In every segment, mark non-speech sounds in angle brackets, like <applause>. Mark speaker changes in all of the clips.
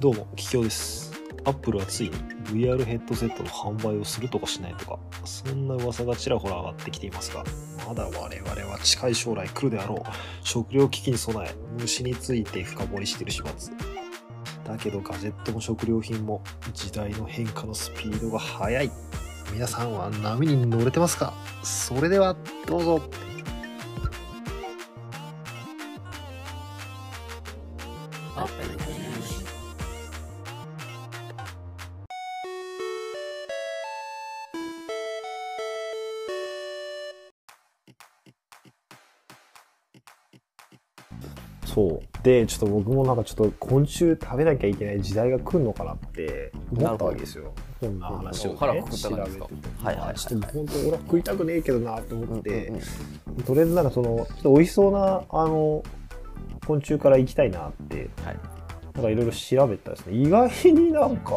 Speaker 1: どうも、キキョウです。アップルはついに VR ヘッドセットの販売をするとかしないとか、そんな噂がちらほら上がってきていますが、まだ我々は近い将来来るであろう。食料危機に備え、虫について深掘りしている始末。だけどガジェットも食料品も時代の変化のスピードが速い。皆さんは波に乗れてますかそれでは、どうぞ。
Speaker 2: そう。で、ちょっと僕もなんかちょっと昆虫食べなきゃいけない時代が来るのかなって思ったわけですよ。こんな話を、ね、
Speaker 3: 腹くくった感じですか
Speaker 2: 調べてて
Speaker 3: はいはいはい
Speaker 2: ちょっと本当俺は食いたくねえけどなって思って、
Speaker 3: うんうんうん
Speaker 2: とりあえずなんかその、ちょっと美味しそうな、あの、昆虫から行きたいなって、
Speaker 3: はい
Speaker 2: なんかいろいろ調べたらですね。意外になんか、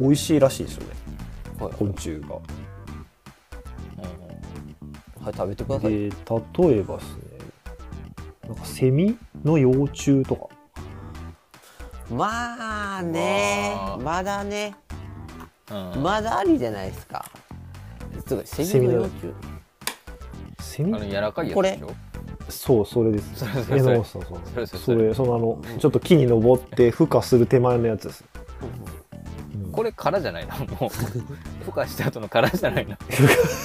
Speaker 2: 美味しいらしいですよね、
Speaker 3: はい
Speaker 2: 昆虫が。
Speaker 3: はい、食べてください。
Speaker 2: で例えばですねなんかセミの幼虫とか
Speaker 3: まあね
Speaker 4: わあ、
Speaker 3: まだね、
Speaker 4: うん
Speaker 3: まだありじゃないですか。つまりセ
Speaker 2: セ
Speaker 3: ミ
Speaker 2: ミ
Speaker 3: の
Speaker 2: の
Speaker 3: 幼虫。
Speaker 2: セ
Speaker 4: あの
Speaker 2: ミ
Speaker 4: 柔らかいやつ
Speaker 3: こ
Speaker 4: で
Speaker 3: れ
Speaker 4: しょ
Speaker 2: そうそれです
Speaker 4: それそ
Speaker 2: え
Speaker 4: れそれ
Speaker 2: そうそう
Speaker 4: そ
Speaker 2: そう
Speaker 4: れ
Speaker 2: そ
Speaker 4: そ
Speaker 2: れ
Speaker 4: れ
Speaker 2: そ
Speaker 4: それ
Speaker 2: のあのちょっと木に登って孵化する手前のやつです、うん
Speaker 4: これ殻じゃないな
Speaker 3: <laughs>
Speaker 4: もう孵化した後の殻じゃないな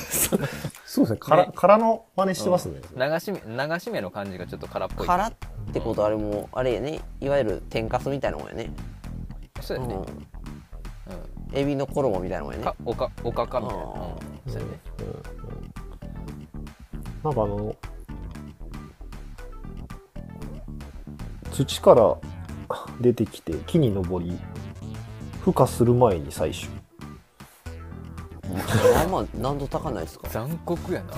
Speaker 2: そうですね殻
Speaker 4: ね
Speaker 2: 殻の真似してますね、
Speaker 4: 流し目流し目の感じがちょっと殻っぽい
Speaker 3: 殻ってことはあれもあれやね、いわゆる天かすみたいなもんやね。
Speaker 4: そう
Speaker 3: う
Speaker 4: やね、
Speaker 3: ん、
Speaker 4: う
Speaker 3: エビの衣みたいなもんや
Speaker 4: ん、
Speaker 3: ね。
Speaker 4: かおかおかかみたいな、うん
Speaker 3: あ
Speaker 2: うん
Speaker 4: そうやね
Speaker 2: うんうんなんかあの土から出てきて木に登り孵化する前に採取
Speaker 3: あんま難度高ないですか。
Speaker 4: 残酷やな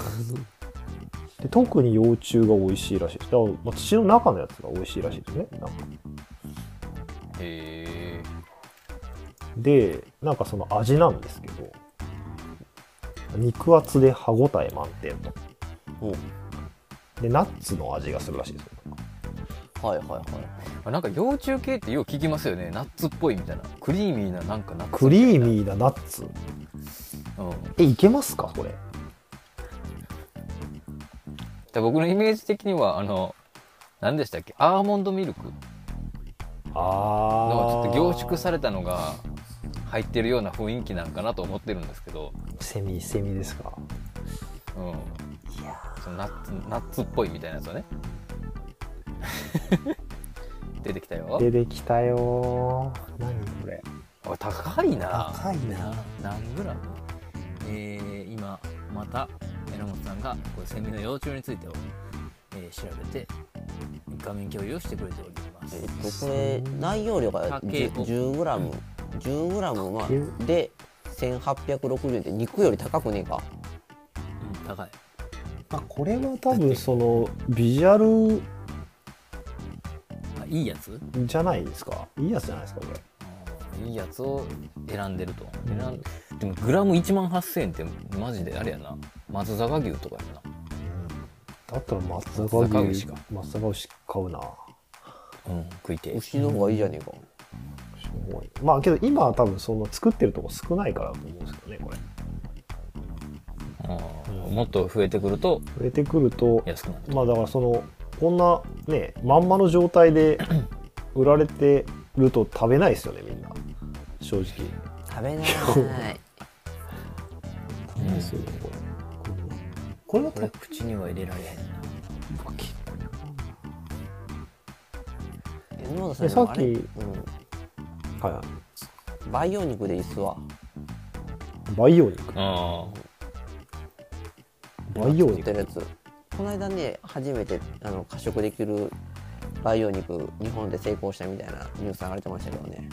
Speaker 2: で特に幼虫が美味しいらしいですだから、まあ、土の中のやつが美味しいらしいですねなんか
Speaker 4: へえ
Speaker 2: でなんかその味なんですけど肉厚で歯ごたえ満点と
Speaker 3: お
Speaker 2: でナッツの味がするらしいですよ
Speaker 3: はいはいはい。
Speaker 4: あなんか幼虫系ってよく聞きますよねナッツっぽいみたいなクリーミーななんかナッツ
Speaker 2: クリーミーなナッツ
Speaker 4: うん、
Speaker 2: えいけますかこれ
Speaker 4: で僕のイメージ的にはあの何でしたっけアーモンドミルクのち
Speaker 2: あ
Speaker 4: ょっと凝縮さ
Speaker 2: れ
Speaker 4: れたのが入ってるような雰囲気なんかなと思ってるんですけど
Speaker 2: セミセミですか
Speaker 4: うんそのナッツナッツっぽいみたいなやつをね <laughs> 出てきたよ
Speaker 2: 出てきたよー何これ
Speaker 4: おい高いな
Speaker 2: 高いな
Speaker 4: 何グラムえー、今また榎本さんがこれセミの幼虫についてを、えー調べて画面共有をしてくれております
Speaker 3: えっとこれ内容量が
Speaker 4: 竹を
Speaker 3: 10グラム、10グラムまあで1860円で肉より高くねえか。
Speaker 4: うん高い
Speaker 2: まあ、これは多分そのビジュアル
Speaker 4: あいいやつ
Speaker 2: じゃないですかいいやつじゃないですかこれ
Speaker 4: あーいいやつを選んでると
Speaker 2: う
Speaker 4: 選
Speaker 2: ん
Speaker 4: んでもグラム1万8000円ってマジであれやな松坂牛とかやな
Speaker 2: だったら松阪牛松阪牛買うな
Speaker 4: うん、食いてえ
Speaker 3: 牛の方がいいじゃねえか。
Speaker 2: すごいまあけど今は多分その作ってるとこ少ないからだと思うんですけどねこれ
Speaker 4: あーもっと増えてくると
Speaker 2: 増えてくると
Speaker 4: 安くなる
Speaker 2: まあだからそのこんなねまんまの状態 <clears throat> で売られてると食べないですよねみんな正直
Speaker 3: 食べ <laughs> ない。
Speaker 2: 食べないですよねこれこんなこ
Speaker 4: こ
Speaker 2: れ
Speaker 4: れ
Speaker 2: は
Speaker 4: 口には入れられへんな
Speaker 3: 榎本さんでもあれ
Speaker 2: えさ
Speaker 3: うん
Speaker 2: たはいは
Speaker 3: 培養肉でいいっすわ
Speaker 2: い培養肉
Speaker 4: あ
Speaker 2: 培養
Speaker 3: 作って
Speaker 2: 肉
Speaker 3: るやつこの間ね初めてあの過食できる培養肉日本で成功したみたいなニュース流れてましたけどね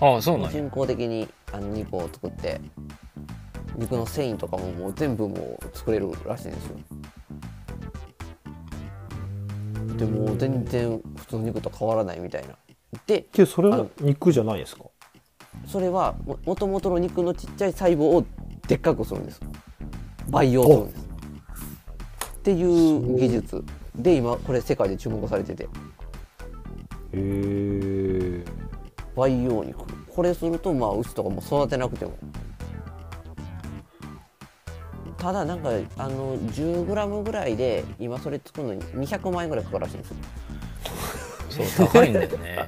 Speaker 4: ああそうなんや
Speaker 3: 人工的にあの肉を作って肉の繊維とかももう全部もう作れるらしいんですよでもう全然普通の肉と変わらないみたいなで
Speaker 2: けどそれ
Speaker 3: あ
Speaker 2: は
Speaker 3: の
Speaker 2: 肉じゃないですか
Speaker 3: それはももともとの肉のちっちゃい細胞をでっかくするんです培養するんですっていう技術で今これ世界で注目されてて
Speaker 2: へえ
Speaker 3: 培養肉これするとまあうちとかも育てなくてもただなんかあの 10g ぐらいで今それ作るのに200万円ぐらいかかるらしいんですよ
Speaker 4: そう高いんだよね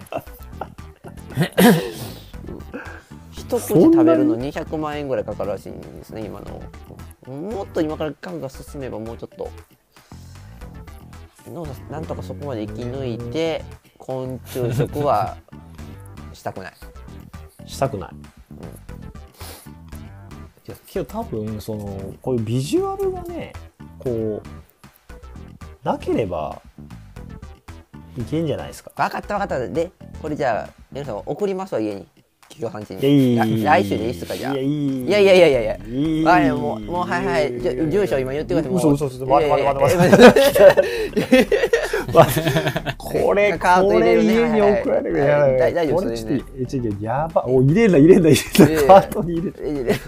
Speaker 3: 一口食べるの200万円ぐらいかかるらしいんですね今のもっと今からガンガン進めばもうちょっとのなんとかそこまで生き抜いて昆虫食
Speaker 2: <laughs>
Speaker 3: はしたくない
Speaker 2: したくない。いやけど多分そのこういうビジュアルがねこうなければいけんじゃないですか。
Speaker 3: 分かった分かったでこれじゃあ皆さん送りますわ家に企業さんち
Speaker 2: いやいい
Speaker 3: に来来週でいいっすかじゃあ
Speaker 2: いやいい
Speaker 3: いやいやいやいやいや
Speaker 2: いい
Speaker 3: あれもうもうはいはいじゃ住所今言ってくださいも
Speaker 2: 嘘嘘嘘待って待って
Speaker 3: 待って待って
Speaker 2: <laughs> これ
Speaker 3: <laughs> カート
Speaker 2: こ
Speaker 3: 入
Speaker 2: れ
Speaker 3: れるね
Speaker 2: 家に送られる
Speaker 3: はいはいはい
Speaker 2: やだやだ
Speaker 3: 大丈夫
Speaker 2: これ
Speaker 3: そ
Speaker 2: ちょ
Speaker 3: れ
Speaker 2: っ
Speaker 3: ね
Speaker 2: とえちょちょやばお入れんな入れんな入れん
Speaker 3: いやい
Speaker 2: な
Speaker 3: や
Speaker 2: カートに入れて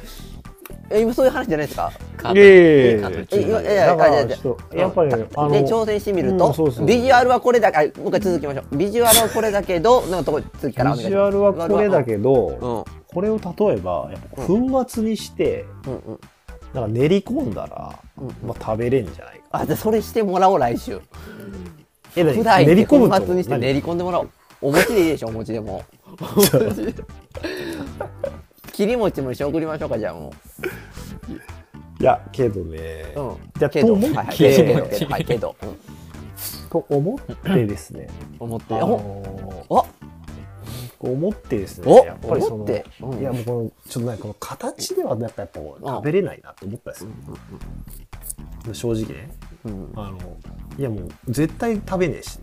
Speaker 3: え今そういう話じゃないですか
Speaker 4: カー
Speaker 2: いやい
Speaker 4: カ
Speaker 2: やいや
Speaker 4: ート中
Speaker 3: えいやい
Speaker 2: だ
Speaker 3: や
Speaker 2: か
Speaker 3: いや
Speaker 2: ら
Speaker 3: いや
Speaker 2: ちょっとやっぱり
Speaker 3: で
Speaker 2: あの
Speaker 3: 挑戦してみる
Speaker 2: うん
Speaker 3: と、
Speaker 2: そうそう
Speaker 3: ビジュアルはこれだからもう一回続きましょうビジュアルはこれだけどのとこ次からお
Speaker 2: ビ
Speaker 3: 願い
Speaker 2: ジ
Speaker 3: します
Speaker 2: ュアルはこれだけ
Speaker 3: う
Speaker 2: ど
Speaker 3: ん
Speaker 2: これを例えばやっぱ粉末にして
Speaker 3: うんうん
Speaker 2: なんか練り込んだら
Speaker 3: うん
Speaker 2: まあ食べれんじゃないか
Speaker 3: あじゃあそれしてもらおう来週
Speaker 2: え何
Speaker 3: 普段
Speaker 2: 練り込む
Speaker 3: 粉
Speaker 2: ってこと
Speaker 3: 末にして練り込んでもらおうお餅でいいでしょお餅
Speaker 2: <laughs>
Speaker 3: でも切り餅も一緒に送りましょうかじゃあも
Speaker 2: いやけどね
Speaker 3: う、うん、
Speaker 2: じゃあ
Speaker 3: けど
Speaker 2: と思って
Speaker 3: はいはいけどけどはい
Speaker 2: <laughs>
Speaker 3: けど、うん
Speaker 2: と思ってですね
Speaker 3: 思って
Speaker 2: あ
Speaker 3: お
Speaker 2: の
Speaker 3: お
Speaker 2: 思ってですね
Speaker 3: お
Speaker 2: やっぱりそ
Speaker 3: 思っ
Speaker 2: の
Speaker 3: てうん
Speaker 2: いやもうこのちょっとねこの形ではなんかやっぱ食べれないなと思ったんですよ、正直ね
Speaker 3: うん
Speaker 2: あのいやもう絶対食べねえし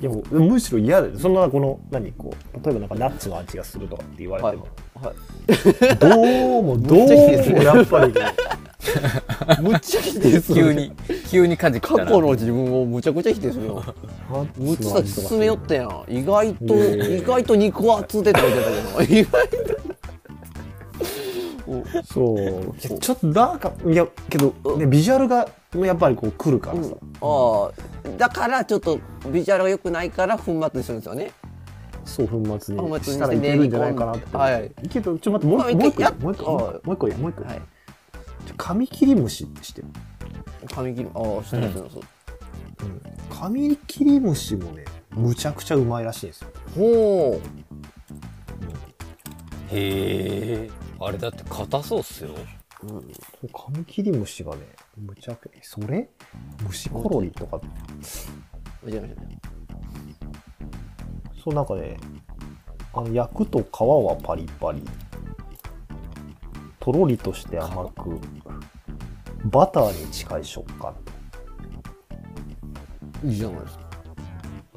Speaker 2: いやもうむしろ嫌だよそんなこの何こう例えばなんかナッツの味がするとかって言われて
Speaker 3: はい
Speaker 2: も、
Speaker 3: はい
Speaker 2: どう
Speaker 3: <laughs>
Speaker 2: もどうもやっぱりね
Speaker 3: むっちゃ否定す
Speaker 4: 急に急に舵切っ
Speaker 3: 過
Speaker 4: たな
Speaker 3: 去の自分をむちゃくちゃ否定するよむつさき進めよってやん意外と、
Speaker 2: ねえ
Speaker 3: 意外と肉厚でって言ってたけど <laughs> 意
Speaker 2: そういやちょっとなんかいやけど、ね、ビジュアルがやっぱりこう来るからさ、
Speaker 3: 外とああだからちょっとビジュアルが良くないから粉末にするんですよね
Speaker 2: そう粉末
Speaker 3: 粉末に
Speaker 2: に
Speaker 3: して
Speaker 2: したらいけるんじゃないかなって、
Speaker 3: はいはい
Speaker 2: けどちょっと待ってもう一
Speaker 3: ま
Speaker 2: 個もう
Speaker 3: あ
Speaker 2: 一個
Speaker 3: やっ
Speaker 2: もう一個もう一個もう一個
Speaker 3: はい
Speaker 2: ちょカミキリムシって知ってる
Speaker 3: 髪切りああしてますよ、
Speaker 2: カミキリムシもねむちゃくちゃうまいらしいんですよ
Speaker 3: ほ
Speaker 4: へえあれだって硬そうっすよ
Speaker 2: カミキリムシがねむちゃくえそれ虫コロリとか
Speaker 3: う間違えました
Speaker 2: そうなんかねあの焼くと皮はパリパリとろりとして甘くバターに近い食感
Speaker 3: いいじゃないですか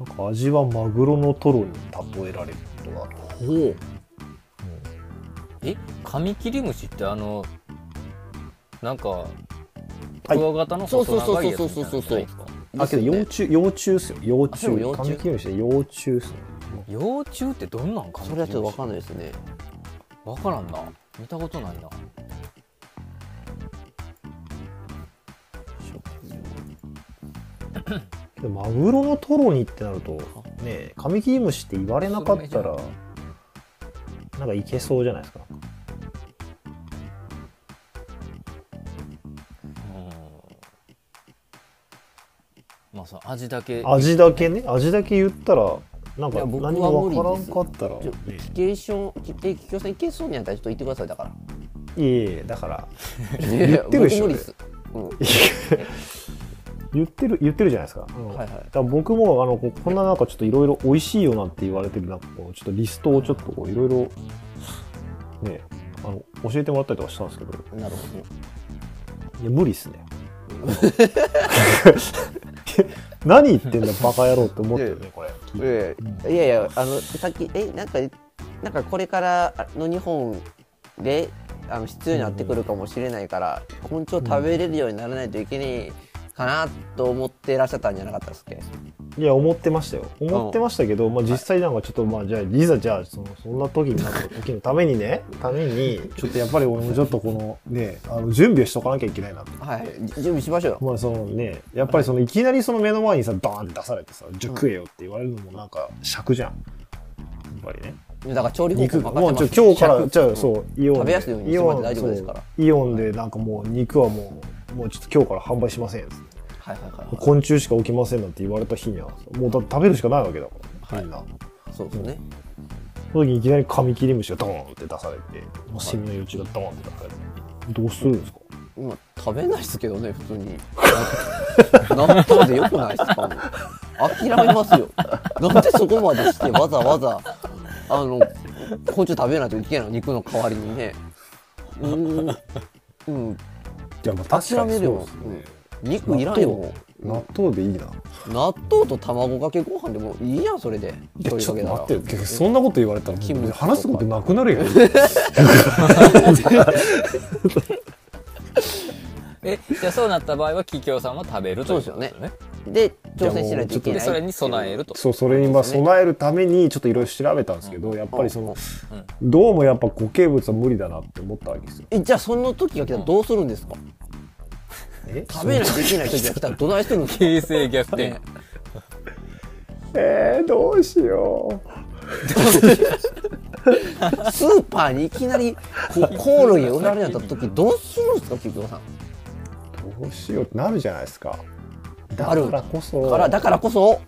Speaker 2: なんか味はマグロのトロに例えられることがある
Speaker 3: ほう
Speaker 4: えカミキリムシってあのなんか
Speaker 2: は
Speaker 4: ク
Speaker 2: い
Speaker 4: ワガタの細長いやつみたいなのじゃないですか
Speaker 2: あけど幼虫幼虫っすよ幼
Speaker 3: あそう
Speaker 2: 虫
Speaker 3: 幼虫
Speaker 2: カミキリムシで幼虫っすね
Speaker 4: 幼虫ってどんなんか
Speaker 3: それはちょっとわかん
Speaker 4: ない
Speaker 3: ないですね
Speaker 4: わからんな見たことないな
Speaker 2: けどマグロのトロにってなるとねカミキリムシって言われなかったらなんかいけそうじゃないですか
Speaker 4: うんまあさ味だけ
Speaker 2: 味だけね味だけ言ったらなん
Speaker 3: いや
Speaker 2: か
Speaker 3: 僕は
Speaker 2: 何もわからんかったら
Speaker 3: ちょ危険症危険危険さんいけそうになったらちょっと言ってくださいだから
Speaker 2: <laughs> いえいえだから <laughs>
Speaker 3: 言
Speaker 2: ってるでしょ
Speaker 3: <laughs> 無理っす、うん、はい
Speaker 2: 言ってる言ってるじゃないですか,あの、
Speaker 3: はい
Speaker 2: だから僕もあのここんななんかちょっといろいろ美味しいよなって言われてるなんかこうちょっとリストをちょっといろいろねあの教えてもらったりとかしたんですけど
Speaker 3: なるほど
Speaker 2: いや無理っすね <laughs> 何言ってんだバカ野郎って思ったよねこれ
Speaker 3: いやいやいやいやあのさっきえなんかなんかこれからの日本であの必要になってくるかもしれないから、昆虫を食べれるようにならないといけないかなと思っていらっしゃったんじゃなかったですっけ、
Speaker 2: いや思ってましたよ思ってましたけど、まあ、実際なんかちょっとまあじゃあいざじゃあそのそんな時になった時のために <laughs> ねためにちょっとやっぱり俺もちょっとこのねあの準備をしとかなきゃいけないなと。
Speaker 3: はいじ準備しましょうよ
Speaker 2: まあそのね、やっぱりそのいきなりその目の前にさドーンって出されてさ「じゃあ食えよ」って言われるのもなんか尺じゃんやっぱりね
Speaker 3: だから調理方
Speaker 2: 肉が
Speaker 3: 法分
Speaker 2: も
Speaker 3: か
Speaker 2: う
Speaker 3: って
Speaker 2: ち
Speaker 3: ま
Speaker 2: ょ今
Speaker 3: す
Speaker 2: 日から
Speaker 3: 尺
Speaker 2: じゃあそうイオン
Speaker 3: 食べやすいようにしてもらって大丈夫ですから
Speaker 2: そうイオンでなんかもう肉はもうもうちょっと今日から販売しませんっつって
Speaker 3: はいはいはい
Speaker 2: 昆虫しか置きませんなんて言われた日にはもうだって食べるしかないわけだから、みんな
Speaker 3: そうですね
Speaker 2: その時にいきなりカミキリムシがドーンって出されてもうセミの幼虫がドーンって出されてどうするんですか
Speaker 3: まあ食べないですけどね普通に <laughs> 納豆でよくないですかもう諦めますよなんでそこまでしてわざわざあの昆虫食べないといけないの肉の代わりにねうーん、うん、
Speaker 2: いやまあ
Speaker 3: 諦めるよ、うん肉いらんよもう
Speaker 2: 納豆でいいな
Speaker 3: 納豆と卵かけご飯でもいいやんそれで
Speaker 2: いや
Speaker 3: 一
Speaker 2: ち
Speaker 3: 人
Speaker 2: ょっ
Speaker 3: だ
Speaker 2: と
Speaker 3: けなら
Speaker 2: 待ってよそんなこと言われたら
Speaker 3: 勤務
Speaker 2: もう話すことなくなるよ
Speaker 4: えじゃあそうなった場合は桔梗さんは食べるということ
Speaker 3: そうですよで挑戦しないといけな
Speaker 4: で
Speaker 3: い
Speaker 4: それに備えると
Speaker 2: そうそれにまあ
Speaker 3: そうですね
Speaker 2: 備えるためにちょっといろいろ調べたんですけどやっぱりそのどうもやっぱ固形物は無理だなって思ったわけですよ
Speaker 3: えじゃあその時が来たらどうするんですか、
Speaker 2: え
Speaker 3: 食べないといけない時が来たらどないするんですか
Speaker 4: 形勢逆転
Speaker 2: えー、どうしよう
Speaker 3: スーパーにいきなりこ <laughs> うコオロギが売られなかった時どうするんですか桔梗さん
Speaker 2: どうしようってなるじゃないですかだ
Speaker 3: なる
Speaker 2: からこそ
Speaker 3: からだからこそ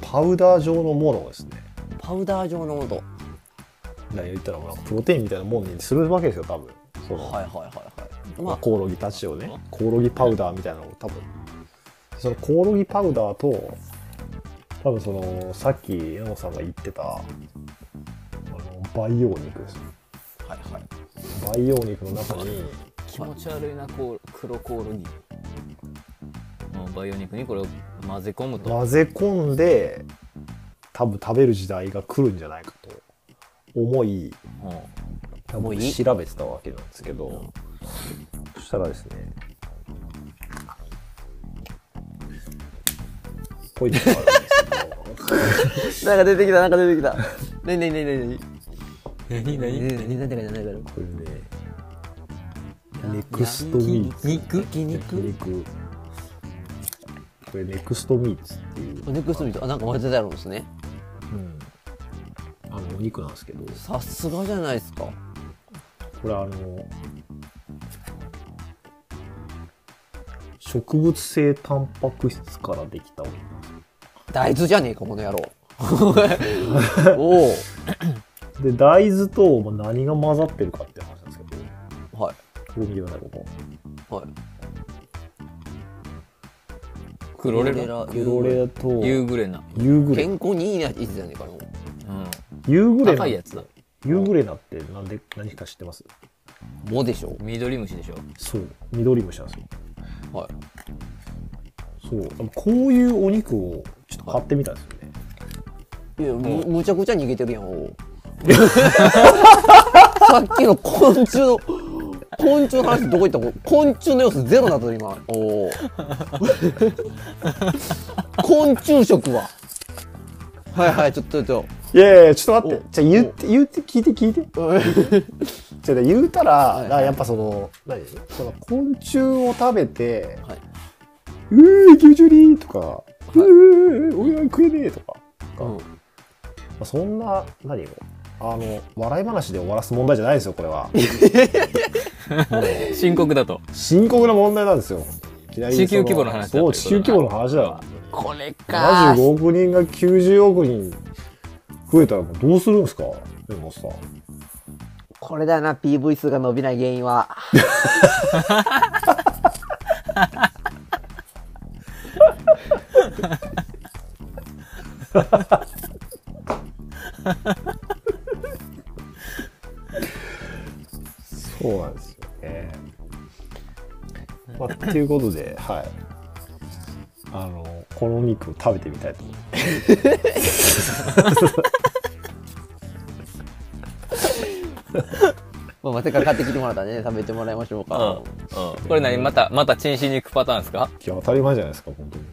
Speaker 2: パウダー状のものをですね
Speaker 3: パウダー状のもの
Speaker 2: だから言ったらまあプロテインみたいなもんにするわけですよ多分その、
Speaker 3: はいはいはいはい
Speaker 2: ま
Speaker 3: ま
Speaker 2: あ、
Speaker 3: あ
Speaker 2: コオロギたちをねコオロギパウダーみたいなのを多分そのコオロギパウダーと多分そのさっき江本さんが言ってたあの培養肉ですよ
Speaker 3: はいはい
Speaker 2: 培養肉の中に
Speaker 4: 気持ち悪いなこう黒コオロギうん培養肉にこれを混ぜ込むと
Speaker 2: 混ぜ込んで多分食べる時代が来るんじゃないかと思い
Speaker 4: うん
Speaker 3: もういい
Speaker 2: 調べてたわけなんですけどそしたらです
Speaker 3: <laughs>
Speaker 2: ねこういうのがあるんです
Speaker 3: なんか出てきたなんか出てき <laughs> たねねねねねね
Speaker 4: 何
Speaker 3: ね
Speaker 4: 何
Speaker 3: ねなんてかじゃないだろ
Speaker 2: けどこれねネクストミーツ
Speaker 4: 肉
Speaker 2: 肉肉これネクストミーツっていう、
Speaker 3: ネクストミートあなんか混ぜてあるんですね
Speaker 2: うん、あのお肉なんですけど
Speaker 3: さすがじゃないですか
Speaker 2: これあの植物性タンパク質からできたお肉
Speaker 3: 大豆じゃねえかこの野 <laughs> 郎お
Speaker 2: で大豆とまあ何が混ざってるかって話なんですけど
Speaker 3: おはい
Speaker 2: ここ見てくださいここ
Speaker 3: はい
Speaker 4: クロレラ
Speaker 2: クロレラと
Speaker 4: ユ
Speaker 2: ユ
Speaker 4: ーグレナ
Speaker 2: ーグレナ
Speaker 3: 健康にいいなって言ってたんねえかな
Speaker 4: うん
Speaker 2: ユーグレナ
Speaker 4: 高いやつだ
Speaker 2: ユーグレナってなんで何か知ってます
Speaker 3: もでしょ
Speaker 4: 緑虫でしょ
Speaker 2: そう緑虫なんですよ
Speaker 3: はい
Speaker 2: そうでもこういうお肉をちょっと買ってみたんですよね
Speaker 3: いや、むむちゃくちゃ逃げてるやん。お <laughs> うさっきの昆虫の、昆虫の話どこ行ったの昆虫の要素ゼロだと今。おう昆虫食は。はいはい、ちょっとちょっ
Speaker 2: いやいやちょっと待ってじゃあ言って言って聞いて聞いてじゃあ言うたら、
Speaker 3: い
Speaker 2: なやっぱその何その昆虫を食べて
Speaker 3: と。はい。
Speaker 2: 「うー牛ュリー」とか「うーうー俺は食えねえ」とか、
Speaker 3: うん
Speaker 2: まあ、そんな何もあの笑い話で終わらす問題じゃないですよこれ
Speaker 4: <laughs>
Speaker 2: はもう
Speaker 4: 深刻だと
Speaker 2: 深刻な問題なんですよいきなりそ
Speaker 4: 地球規模の話だという
Speaker 2: そ
Speaker 4: こ
Speaker 2: う
Speaker 4: とだ
Speaker 2: 地球規模の話だわ
Speaker 3: これか
Speaker 2: 75。億人が90億人増えたらもうどうするんですかでもさ
Speaker 3: これだな、PV 数が伸びない原因は。
Speaker 2: そうなんですよね。まあ、っていうことで、はい。あの、このお肉を食べてみたいと思います。
Speaker 3: まあ、まあ、せっかく買ってきてもらったんでね、食べてもらいましょう
Speaker 4: う
Speaker 3: か。
Speaker 4: んこれ何またまたチンしに行くパターンですか
Speaker 2: いや、当たり前じゃないですか、本当に。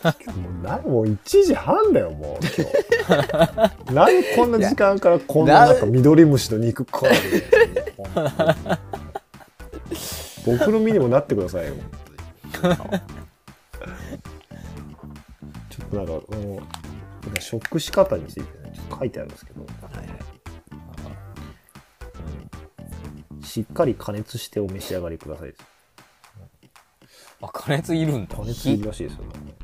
Speaker 2: もうなもう1時半だよもう今日何こんな時間からこんななんか緑虫の肉食われるの僕の身にもなってくださいよ本当にちょっとなんかあのなんか食し方について、ね、ちょっと書いてあるんですけど、うんしっかり加熱してお召し上がりください
Speaker 4: あ、加熱いるんだ。
Speaker 2: 加熱いいらしいですよね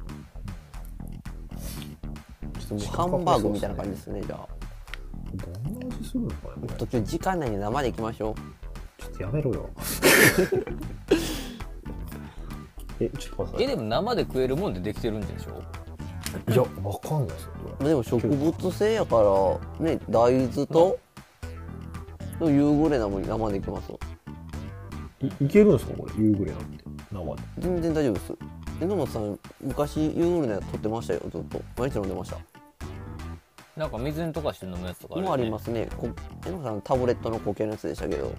Speaker 3: ちょっともうハンバーグみたいな感じですねじゃあ
Speaker 2: どんな味するのかなこれ
Speaker 3: 途中時間内に生でいきましょ
Speaker 2: ちょっとやめろよ <laughs> えちょっと待
Speaker 4: え、
Speaker 2: ってくださ
Speaker 4: でも生で食えるもんでできてるんでしょ
Speaker 2: いいやわかんないですよこ
Speaker 3: うでも植物性やからね大豆と夕暮れなもに生でいきます
Speaker 2: れいいけるんですかこれ夕暮れなんて生で
Speaker 3: 全然大丈夫です榎本さん昔夕暮れのやつ撮ってましたよずっと毎日飲んでました
Speaker 4: なんか水に溶かして飲むやつとかある
Speaker 3: もうありますねこ榎本さんタブレットの固形のやつでしたけど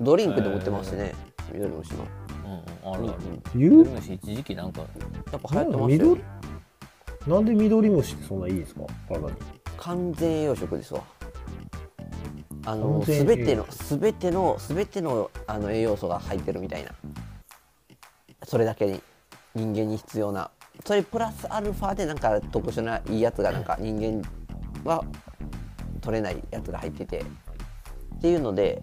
Speaker 3: ドリンクで持ってましてね緑虫の
Speaker 4: す。うん、うん、あるある。
Speaker 2: 夕
Speaker 4: 夜飯一時期なんか、
Speaker 3: やっぱ流
Speaker 2: なん
Speaker 3: 行って
Speaker 2: で
Speaker 3: ましたよ
Speaker 2: 緑なんで緑虫ってそんないいんですか体に
Speaker 3: 完全栄養食ですわあの
Speaker 2: 完全
Speaker 3: す
Speaker 2: 栄養
Speaker 3: べてのすべてのすべてのあの栄養素が入ってるみたいなそれだけに人間に必要なそれプラスアルファでなんか特殊ないいやつがなんか人間は取れないやつが入っててっていうので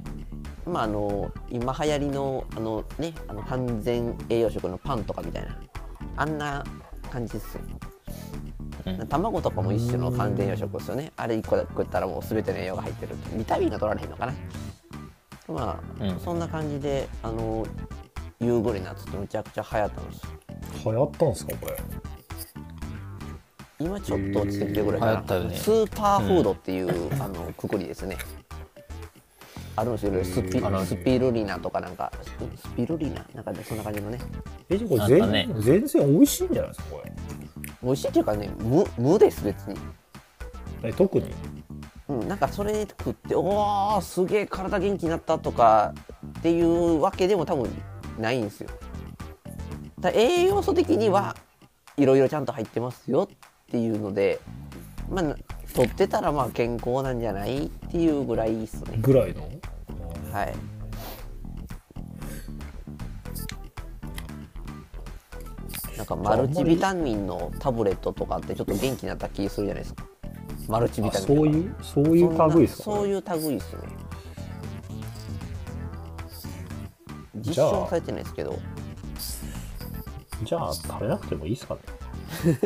Speaker 3: まああの今流行りのあのねあの完全栄養食のパンとかみたいなあんな感じですよ
Speaker 4: うん
Speaker 3: 卵とかも一種の完全養殖ですよねあれ1個だけ食ったらもう全ての栄養が入ってるビタミンが取られへんのかなまあ、
Speaker 4: うん
Speaker 3: そんな感じであの夕暮れのやつってむちゃくちゃ流行ったんですよ
Speaker 2: 流行ったんですかこれ
Speaker 3: 今ちょっと落ちてきてるぐらいかな、
Speaker 4: へー流行ったよね
Speaker 3: スーパーフードっていう、あのくくりですねあるんですよスピ
Speaker 4: あの
Speaker 3: スピルリナとかなんかススピルリナなんかねそんな感じのね
Speaker 2: えじゃあこ
Speaker 4: あ
Speaker 2: れ全
Speaker 4: った
Speaker 2: 然,、
Speaker 4: ね
Speaker 2: 全然美味しいんじゃないですかこ
Speaker 3: 美味しいっていうかね無無です別に
Speaker 2: れえ特に
Speaker 3: うん、なんかそれで食って「おおすげえ体元気になった」とかっていうわけでも多分ないんですよ。だから栄養素的にはいろいろちゃんと入ってますよっていうので、まあ、取ってたらまあ健康なんじゃないっていうぐらいですね。
Speaker 2: ぐらいの
Speaker 3: はい、なんかマルチビタミンのタブレットとかってちょっと元気になった気するじゃないですか。マルチビ
Speaker 2: あ
Speaker 3: タミン
Speaker 2: そ
Speaker 3: とか
Speaker 2: ういうそういう類ですか
Speaker 3: そんなそう
Speaker 2: う
Speaker 3: いう類ですね実
Speaker 2: じゃあ
Speaker 3: 証はされてないですけど
Speaker 2: じゃあ食べなくてもいいですかね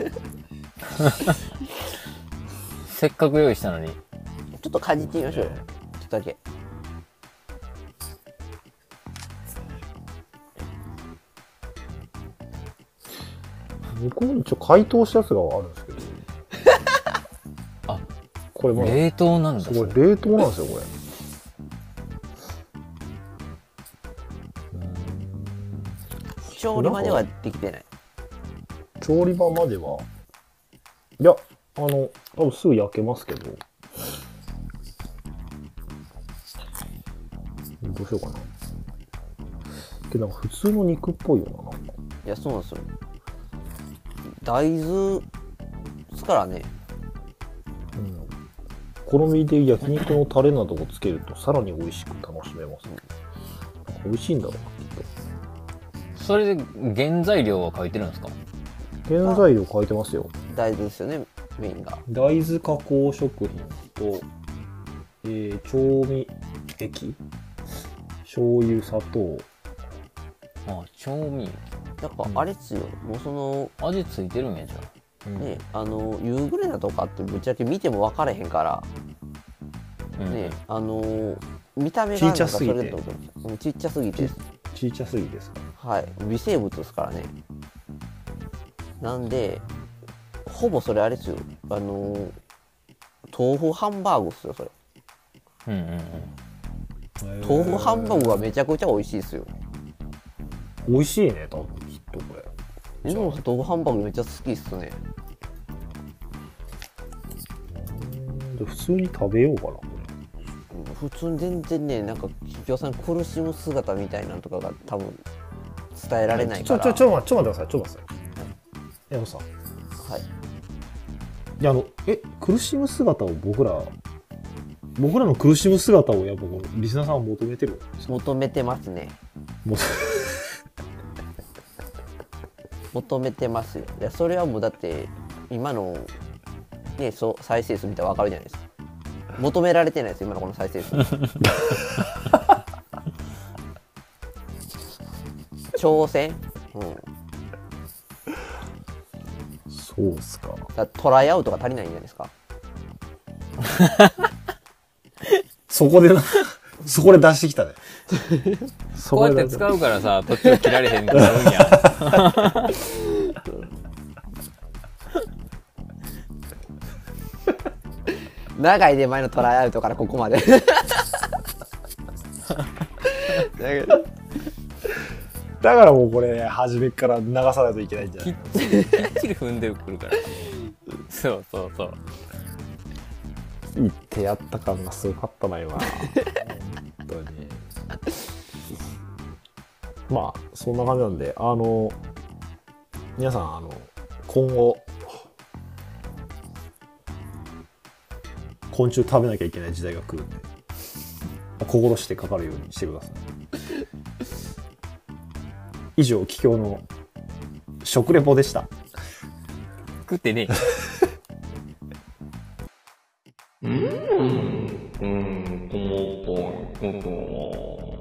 Speaker 4: せっかく用意したのに。
Speaker 3: ちょっとかじってみましょうよちょっとだけ
Speaker 2: 僕も一応解凍したやつがあるんです <laughs> けど
Speaker 4: あ
Speaker 2: これまだ
Speaker 4: 冷凍なんだ。
Speaker 2: すごい冷凍なんですよこれ
Speaker 3: 調理まではできてない
Speaker 2: 調理場まではいやあの多分すぐ焼けますけどどうしようかなけどなんか普通の肉っぽいよななんか
Speaker 3: いやそうなんですよ大豆ですからね
Speaker 2: うん好みで焼肉のタレなどをつけるとさらに美味しく楽しめます、ね、なんか美味しいんだろうなきっ
Speaker 4: それで原材料は書いてるんですか
Speaker 2: と原材料書いてますよ
Speaker 3: 大豆ですよねメインが
Speaker 2: 大豆加工食品と、えー調味液醤油砂糖
Speaker 4: あ調味
Speaker 3: なんかあれっすよもうその
Speaker 4: 味ついてるんやじゃん
Speaker 3: ねあの夕暮れだとかってぶっちゃけ見ても分かれへんから
Speaker 4: うん
Speaker 3: ねあの見た目がなんかそれだと思うんですようんちっちゃすぎて
Speaker 2: ちいちゃすぎですか
Speaker 3: はい微生物ですからねなんでほぼそれあれですよあのー豆腐ハンバーグっすよそれ
Speaker 4: うんうんうん
Speaker 3: 豆腐ハンバーグはめちゃくちゃ美味しいですよ
Speaker 2: 美味しいね多分きっとこれ
Speaker 3: でも豆腐ハンバーグめっちゃ好きっすね
Speaker 2: で普通に食べようかなこ
Speaker 3: うん普通に全然ねなんか桔梗さん苦しむ姿みたいなのとかが多分伝えられな
Speaker 2: れ
Speaker 3: いから
Speaker 2: ちょちょちょ待ってちょ待ってくださいちょっと待ってください山本さん
Speaker 3: はい
Speaker 2: いやあのえ苦しむ姿を僕ら僕らの苦しむ姿をやっぱこうリスナーさんは求めてるんですよ
Speaker 3: 求めてますね
Speaker 2: もう
Speaker 3: 求めてますよいやそれはもうだって今の、ね、そう再生数見たら分かるじゃないですか求められてないです今のこの再生 <laughs> 数挑戦、うん、
Speaker 2: <laughs> そうっすか
Speaker 3: だトライアウトが足りないんじゃないですか
Speaker 2: そこでな <laughs> そこで出してきたねそ
Speaker 4: こうやって
Speaker 2: 出
Speaker 4: 使うからさ、途中切られへんくなるんや。
Speaker 3: 長い出前のトライアウトからここまで
Speaker 2: だからもうこれ初めっから流さないといけないんじゃな
Speaker 4: きっ
Speaker 2: い
Speaker 4: ちり、きっちり踏んでくるから。そうそうそう。
Speaker 2: 言ってやった感がすごかったな今本当にまあそんな感じなんであの皆さんあの今後昆虫食べなきゃいけない時代が来るんで心してかかるようにしてください以上桔梗の食レポでした
Speaker 4: 食ってねえ。
Speaker 5: うん、このポイントは。